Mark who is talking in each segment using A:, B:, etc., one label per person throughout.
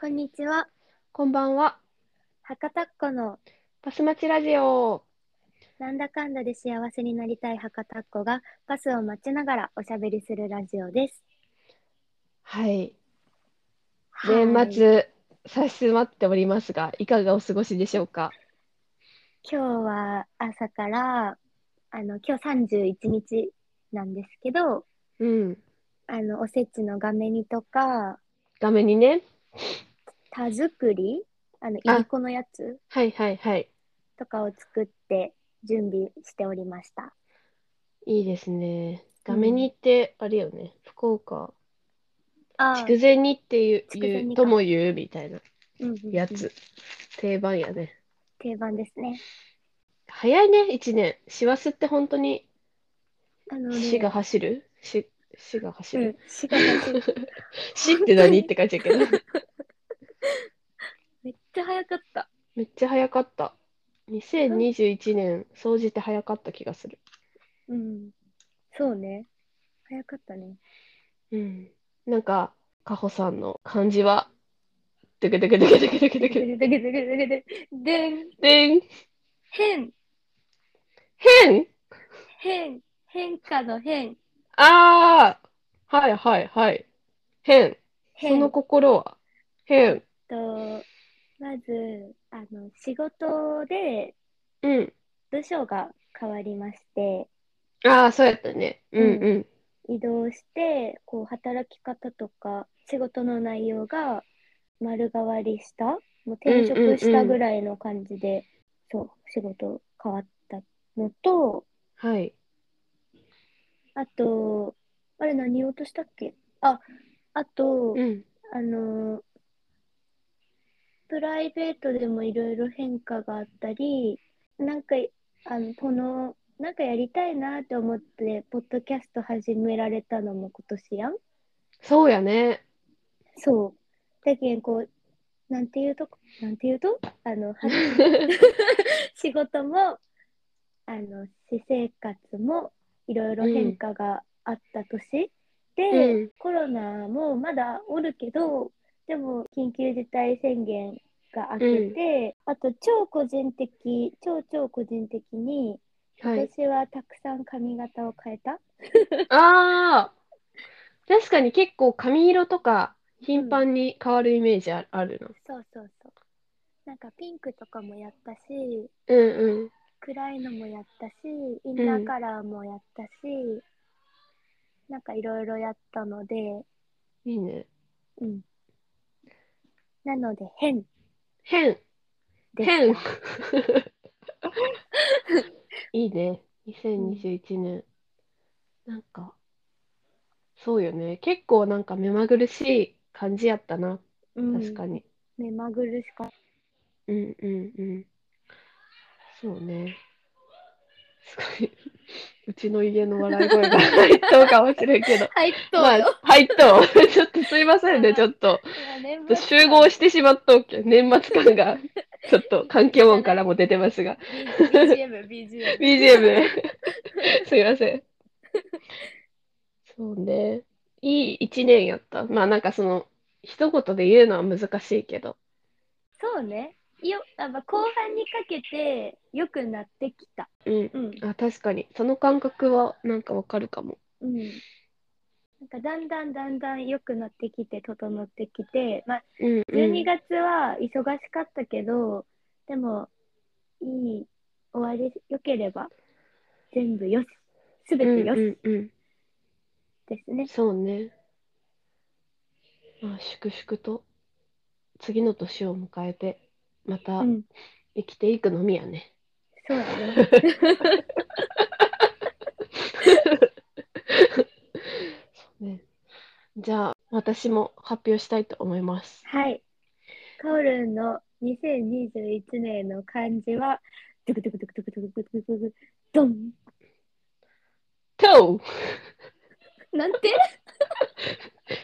A: こんにちは。
B: こんばんは。
A: 博多っ子の
B: パスマチラジオ。
A: なんだかんだで幸せになりたい博多っ子がパスを待ちながらおしゃべりするラジオです。
B: はい。
A: はい
B: 年末差し迫っておりますが、いかがお過ごしでしょうか。
A: 今日は朝から、あの、今日31日なんですけど、
B: うん。
A: あの、おせちの画面にとか、
B: 画面にね。
A: 田作りあの、いりこのやつ
B: はいはいはい。
A: とかを作って準備しておりました。
B: いいですね。画面にって、あれよね。福岡。
A: あ
B: 筑前煮っていう、
A: 筑前煮か
B: とも言うみたいな
A: うんうんうん
B: やつ。定番やね。
A: 定番ですね。
B: 早いね、一年。師走って本当に
A: あのね、
B: 死が走る死死が走
A: うん
B: る。、
A: 死が走 る
B: 死って何って感じやけど。
A: めっちゃ早かった。
B: めっちゃ早かった。2021年、総じて早かった気がする。
A: うん。そうね。早かったね。
B: うん。なんか、かほさんの漢字は、ドゥクドゥクドゥクドゥクドゥクドゥク
A: でででででででん、
B: でん、
A: 変、
B: 変
A: 変、変化の変、
B: あー、はいはいはい。変。そ
A: 変
B: の心は、変。
A: と、まず、あの、仕事で
B: うん。
A: 部署が変わりまして、
B: あー、そうやったね。うんうん。
A: 移動して、こう、働き方とか、仕事の内容が丸変わりした、もう転職したぐらいの感じで、そう、仕事変わったのと、
B: はい。
A: あと、あれ何言おうとしたっけあ、あと、
B: うん。
A: あのー、プライベートでもいろいろ変化があったり、なんか、あの、この、なんかやりたいなって思って、ポッドキャスト始められたのも今年やん。
B: そうや ね。
A: そう。だけん、こう、なんていうとこ、なんていうと、あの、は仕事も、あの、私生活も、いろいろ変化があった年、で、
B: うん
A: コロナもまだおるけど、でも、緊急事態宣言が明けて、あと、超個人的、超超個人的に、
B: はい。
A: 私はたくさん髪型を変えた。
B: あー、確かに結構髪色とか頻繁に変わるイメージああるな。
A: そうそうそう。なんか、ピンクとかもやったし、
B: うんうん。
A: 暗いのもやったし、インナーカラーもやったし、なんかいろいろやったので、
B: いいね。
A: うん。なので、変
B: 変。
A: で
B: 変
A: し。
B: いいね。2021年。なんか、そうよね。結構なんか目まぐるしい感じやったな。
A: た。
B: 確か
A: に。
B: に。
A: 目まぐるしか。
B: うんうんうん。そうね。すごい。 うちの家の笑い声が入ったかもしれんけど。
A: はい、
B: まあ、入ったわ ちょっとすいませんね、ちょっと。ちょっと集合してしまっとうけん。年末感 が、ちょっと環境音からも出てますが。
A: BGM、BGM。
B: BGM ねすいません。そうね。いい一年やった。まあなんかその、一言で言うのは難しいけど。
A: そうね。よやっぱ後半にかけて良くなってきた。
B: うん。
A: うん。
B: あ、確かに。その感覚はなんかわかるかも。
A: うん。なんかだんだんだんだん良くなってきて、整ってきて、まあ
B: うん、うん。
A: 12月は忙しかったけど、でも、いい、終わり、良ければ、全部よし、すべ
B: うん
A: てよし
B: うんうん。
A: ですね。
B: そうね。まあ、粛々と、次の年を迎えて、また
A: うん、
B: 生きていくのみやね。
A: そうだね。
B: そうね。じゃあ、私も発表したいと思います。
A: はい。カオルンの2021年の漢字は、ドゥクドゥクドゥクドゥクドゥクドゥクドゥクドン
B: トウ
A: なんて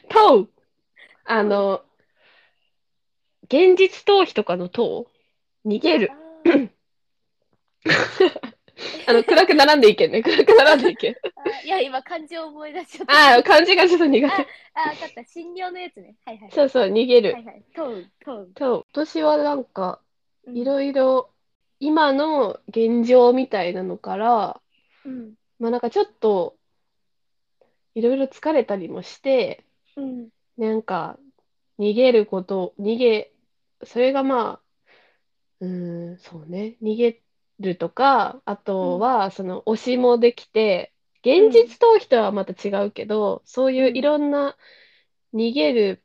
B: トウあの、現実逃避とかのトウ逃げる。
A: あー
B: あの、暗く並んでいけ んね。暗く並んでいけん。
A: あいや、今、漢字を思い出しちゃった。
B: ああ、漢字がちょっと苦手。
A: あ、わかった。診療のやつね。はいはい。
B: そうそう、逃げる。
A: はいはい。問う、問う。
B: そう、今年はなんか、
A: うん
B: いろいろ、今の現状みたいなのから、
A: うん。
B: まあなんかちょっと、いろいろ疲れたりもして、
A: うん。
B: なんか、逃げること、逃げ、それがまあ、うーん、そうね、逃げるとか、あとは、その、推しもできて、現実逃避とはまた違うけど、そういういろんな逃げる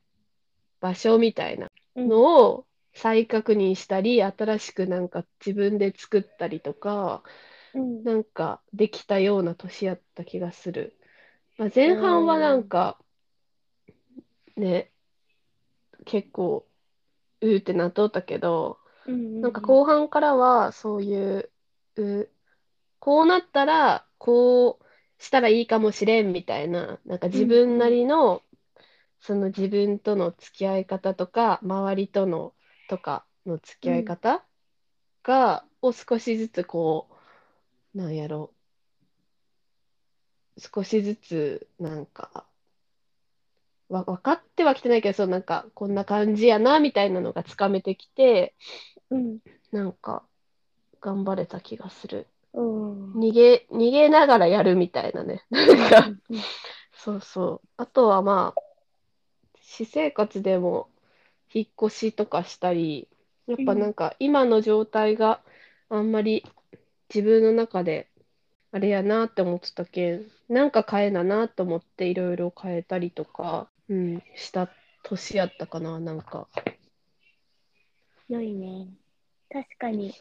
B: 場所みたいな
A: うん
B: のを再確認したり、新しくなんか自分で作ったりとか、
A: うん。
B: なんかできたような年やった気がする。まあ、前半はなんか、ね、結構、うーってなっとったけど、
A: うん。
B: なんか後半からはそういう、う、こうなったら、こうしたらいいかもしれんみたいな、なんか自分なりの、その自分との付き合い方とか、周りとの、とかの付き合い方が、を少しずつこう、なんやろ、少しずつ、なんか、わ、分かってはきてないけど、そうなんか、こんな感じやな、みたいなのがつかめてきて、
A: うん。
B: なんか、頑張れた気がする。
A: うん。
B: 逃げ、逃げながらやるみたいなね。 なんか、そうそう。あとはまあ、私生活でも引っ越しとかしたり、やっぱなんか今の状態があんまり自分の中であれやなって思ってたけん、なんか変えななと思っていろいろ変えたりとか、うん、した年やったかな、なんか。
A: 良いね。確かに、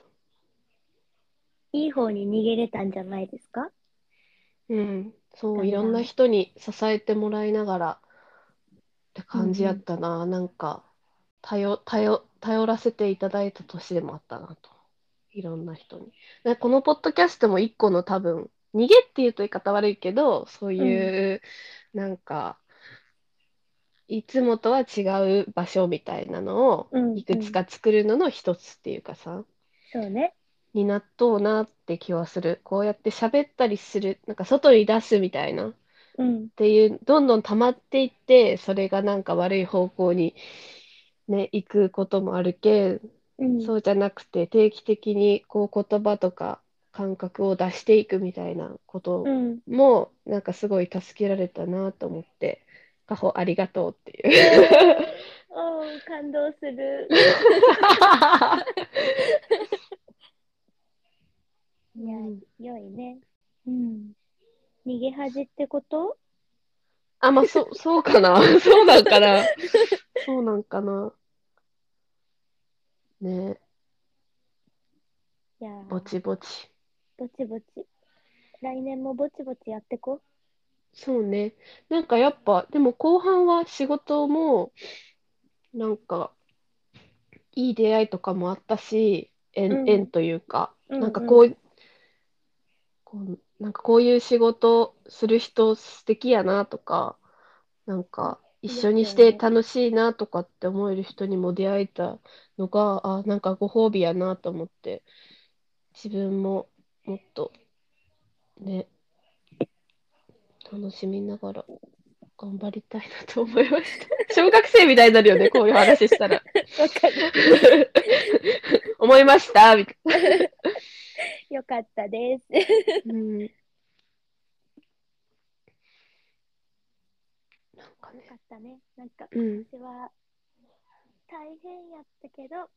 A: いい方に逃げれたんじゃないですか
B: うん、そ
A: だ
B: う、
A: ね
B: いろんな人に支えてもらいながらって感じやったな。なんか、頼、頼、頼らせていただいた年でもあったなと。いろんな人に。でこのポッドキャストも一個の多分、逃げっていうと言い方悪いけど、そういう、なんか、いつもとは違う場所みたいなのを、
A: うん
B: いくつか作るのの一つっていうかさ。
A: そうね。
B: になっとうなって気はする。こうやって喋ったりする、なんか外に出すみたいなっ
A: うん。
B: ていう、どんどん溜まっていって、それがなんか悪い方向にね、行くこともあるけん、
A: うん。
B: そうじゃなくて定期的にこう言葉とか感覚を出していくみたいなこと
A: うん。
B: も、なんかすごい助けられたなと思って、カホありがとうっていう。
A: おう感動する。 いや、良いね。うん。逃げ恥ってこと
B: あ、まあ、そう、そうかな。 そうなん かな。そうなんかな。ね
A: いや
B: ぼちぼち。
A: ぼちぼち。来年もぼちぼちやってこ。
B: そうね。なんかやっぱ、でも後半は仕事も、なんか、いい出会いとかもあったし、
A: う
B: 縁、
A: ん
B: 縁というか、
A: うん
B: なんかこう、こう、なんかこういう仕事する人素敵やなとか、なんか一緒にして楽しいなとかって思える人にも出会えたのが、あ、なんかご褒美やなと思って、自分ももっとね、楽しみながら頑張りたいなと思いました。 小学生みたいになるよね、こういう話したら。
A: わかる。
B: 思いました、みたいな。
A: よかったです。
B: うんなんか
A: よ
B: ね、
A: かったね。なんか、
B: うん、
A: 私は大変やったけど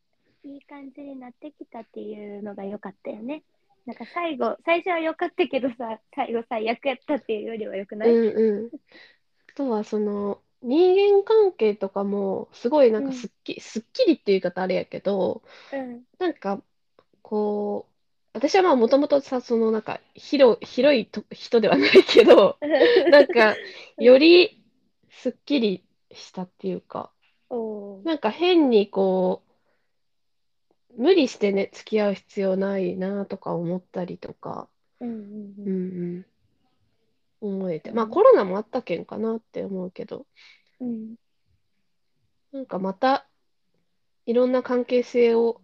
A: いい感じになってきたっていうのが良かったよねなんか最後最初は良かったけどさ最後最悪やったっていうよりは良くない、
B: うん、うん。あとは、その、人間関係とかも、すごいなんかすっきり、すっきりっていう言い方あれやけど、
A: うん
B: なんか、こう、私はまあ、もともとさ、その、なんか、広、広いと人ではないけど、なんか、 よりすっきりしたっていうか、
A: おー
B: なんか変にこう、無理してね、付き合う必要ないなとか思ったりとか、
A: うん
B: うんうん、思えて、まあ
A: うん
B: コロナもあったけんかなって思うけど、
A: うんうん
B: なんかまたいろんな関係性を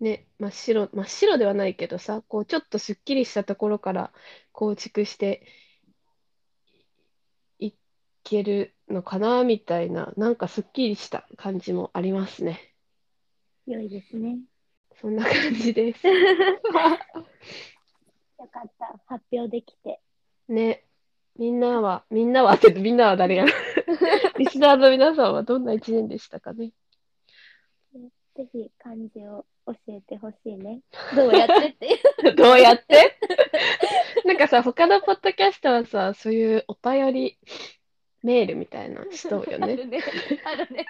B: ね、真っ白、真っ白ではないけどさ、こう、ちょっとすっきりしたところから構築していけるのかな、みたいな、なんかすっきりした感じもありますね。
A: 良いです ね。
B: そんな感じです。
A: よかった。発表できて。
B: ね、みんなは、みんなはって、みんなは 誰やリスナーの皆さんはどんな一年でしたか ね。
A: ぜひ漢字を教えてほしいね。どうやってっていう。
B: どうやって なんかさ、他のポッドキャストはさ、そういうお便りメールみたいなのしとうよ ね。
A: ね。あるね。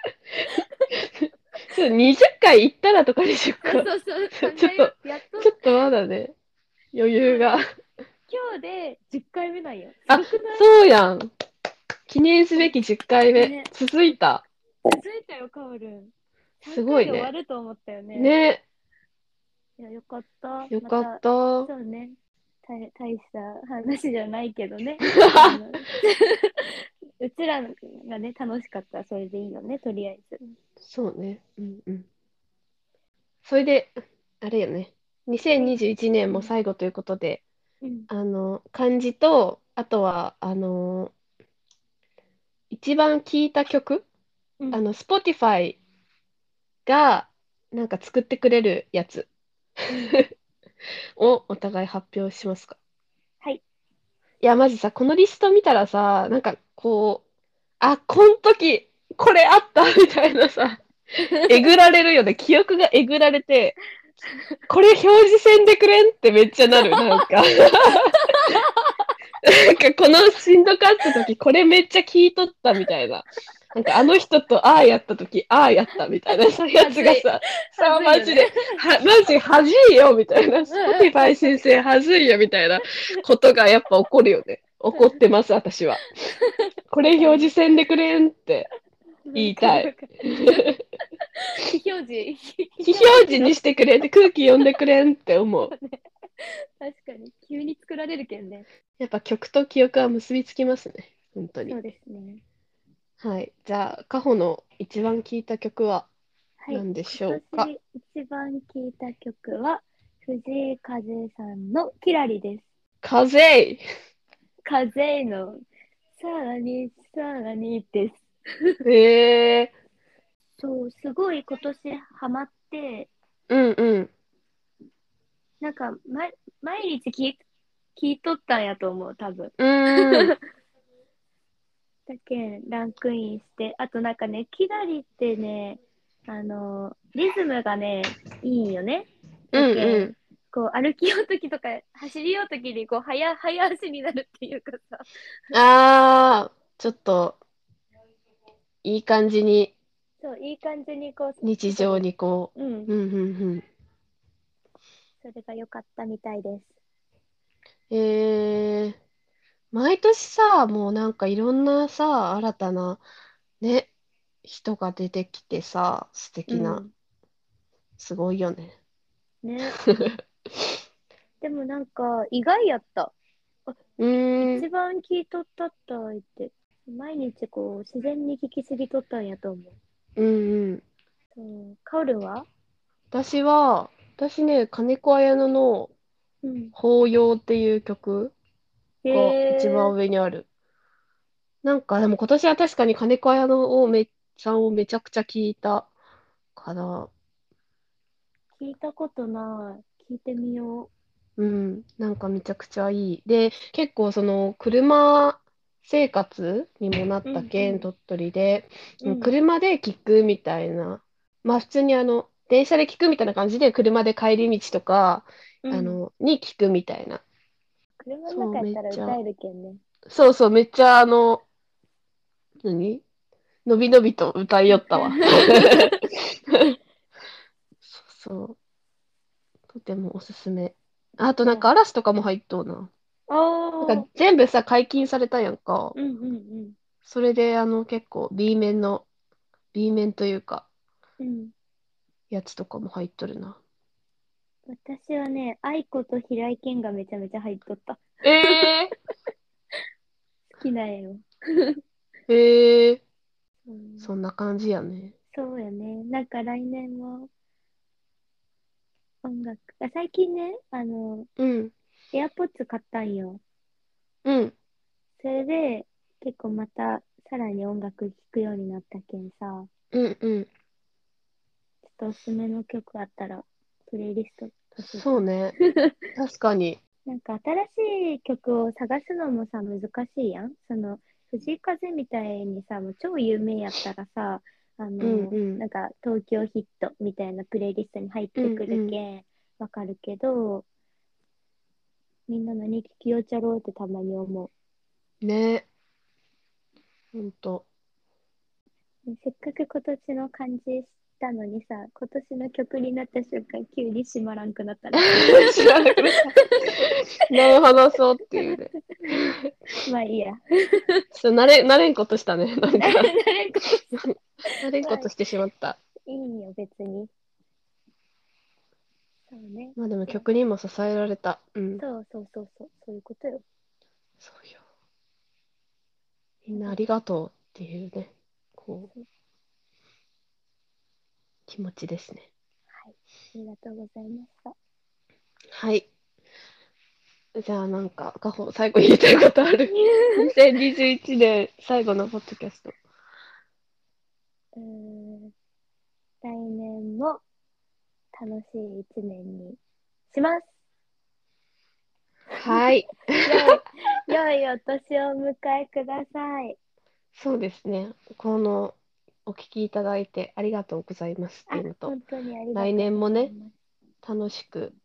B: そう20回行ったらとかでしょ
A: そう
B: か。
A: そう。
B: ちょっと
A: そんなよやっと
B: ちょっとまだね、余裕が。
A: 今日で10回目なんよ。
B: あ
A: すごくない
B: そうやん。記念すべき10回目、
A: ね
B: 続いた。
A: 気づいたよ、カオルン。
B: すごい
A: 3回で
B: ね
A: 終わると思ったよね。
B: ね、
A: いや、よかった。
B: よかっ
A: ま
B: た。
A: そうね。大大した話じゃないけど ね。うちらがね、楽しかったらそれでいいよね、とりあえず。
B: そうね。うんうん。それで、あれよね。2021年も最後ということで、
A: うん、
B: あの、漢字と、あとは、あの、一番聴いた曲、
A: うん
B: あの、Spotify が、なんか作ってくれるやつ をお互い発表しますか。
A: はい。
B: いや、まじさ、このリスト見たらさ、なんかこう、あ、こん時、これあったみたい なさ、えぐられるよね。記憶がえぐられて、これ表示せんでくれんってめっちゃなる。 なんか。なんかこのしんどかった時、これめっちゃ聞いとったみたいな。なんかあの人とああやった時、ああやったみたいなさ、やつがさ、さあ、マ
A: 恥ず
B: ジ
A: いよ
B: で、は、マジ恥ずいよみたいな、スポティファイ先生恥ずいよみたいなことがやっぱ起こるよね。怒ってます、私は。これ表示せんでくれんって。言いたい。
A: 非表示。
B: 非表示にしてくれって空気読んでくれんって思う。
A: 確かに、急に作られるけんね。
B: やっぱ曲と記憶は結びつきますね。本当に
A: そう。ですね。
B: はい。じゃあ、カホの一番聴いた曲は
A: はい。
B: 何でしょうか、
A: 私、一番聴いた曲は、藤井風さんのキラリです。
B: 風
A: 風の、さらに、さらにです。
B: え
A: そう、すごい今年ハマって、
B: ー、うんうん。
A: なんか、ま、毎日聞い聞いとったんやと思う、多分。
B: うーん。
A: だけんランクインして、あとなんかね、キラリってね、あの、リズムがね、いいんよね。
B: うんうん。
A: こう、歩きようときとか、走りようときに、こう、早、早足になるっていうかさ、
B: あー、ちょっと、いい感じに
A: そう、いい感じにこう、
B: 日常にこ
A: うん
B: う。、うんうんうん。
A: それが良かったみたいです。
B: えー、毎年さ、もうなんかいろんなさ、新たな、ね、人が出てきてさ、素敵な、すごいよね。
A: うん、 ね。でもなんか、意外やった。
B: うーん、
A: 一番聞いとったったいって、毎日こう、自然に聞きすぎとったんやと思う。
B: うんうん。
A: そうカオルは
B: 私は、私ね、金子綾乃の
A: うん。
B: 抱擁っていう曲
A: へ
B: が一番
A: ー
B: 上にある。なんかでも今年は確かに金子綾乃をめさんをめちゃくちゃ聞いたかな。
A: 聞いたことない。聞いてみよ
B: うん、なんかめちゃくちゃいい。で、結構その車生活にもなった
A: う
B: け、
A: んうんん
B: 鳥取で、
A: う。うん、
B: 車で聞くみたいな、まあ普通にあの、電車で聞くみたいな感じで、車で帰り道とか、
A: うん
B: あ、の、に聞くみたいな。
A: 車の中やったら
B: そうめっちゃ
A: 歌えるけんね。
B: そうそう、めっちゃあの、何のびのびと歌いよっ たわ。そうそう。とてもおすすめ。あとなんか嵐とかも入っとうな。
A: あ
B: なんか全部さ、解禁されたやんか。
A: うんうん
B: それで、あの、結構 B 面の、B 面というか、
A: うん。うん。
B: やつとかも入っとるな。
A: 私はね、愛子と平井堅がめちゃめちゃ入っとった。
B: え
A: 好きなんよ。
B: ー、えー、
A: うん、
B: そんな感じやね。
A: そうよね。なんか来年も、音楽。あ最近ね、あの、
B: うん。
A: AirPods 買ったんよ。
B: うん。
A: それで、結構また、さらに音楽聴くようになったけんさ、
B: うんうん。
A: ちょっとおすすめの曲あったら、プレイリスト。
B: そうね。確かに。
A: なんか新しい曲を探すのもさ、難しいやん。その、藤井風みたいにさ、もう超有名やったらさ、あの、
B: うんうん
A: なんか東京ヒットみたいなプレイリストに入ってくるけん、わ、かるけど、みんな何聴きようちゃろうってたまに思
B: ね。ほん と。
A: う。せっかく今年の感じしたのにさ、今年の曲になった瞬間、急に閉まらんくな ったら、
B: 知らなくなった。なるほど、そうっていうね。
A: まあいい や。
B: ちょっと慣れ、慣れんことしたね。なんか、
A: なんか
B: 慣れんことしてしまった。
A: いいよ、別に。そうね。
B: まあでも曲にも支えられた。うん。
A: そうそうそうそう、そういうことよ。
B: そうよ。みんなありがとうっていうね、こう、気持ちですね。
A: ありがとうございました。
B: はい。じゃあなんか、カホ、最後言いたいことあ る。2021年最後のポッドキャスト。
A: うーん来年も楽しい一年にし ます。
B: はい。
A: 良いお年をお迎えください。
B: そうですね。この、お聞きいただいてありがとうございますっ
A: あ
B: ていうの、と、
A: 本当にありがとう。
B: 来年もね、。楽しく、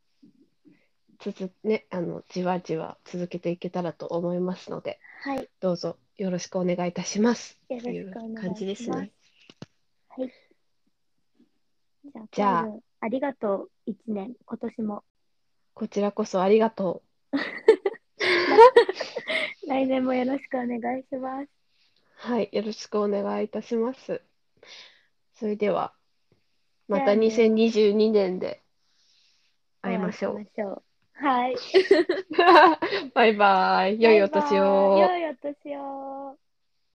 B: つづね、あの、じわじわ続けていけたらと思いますので、
A: はい、よ
B: どうぞよろしくお願いいたします。
A: ろしくお願いし
B: っていう
A: ます。
B: 感じですね。
A: はい。じゃあ、
B: じゃあ
A: カールありがとう一年、今年も。
B: こちらこそありがと
A: 来年もよろしくお願いします。
B: う。はい、よろしくお願いいたします。それでは、また
A: じゃあね
B: 2022年で会いましょ
A: お会
B: う
A: い。しましょう。はい。
B: バイバイ。良いお年を。
A: バイバイ良いお年を。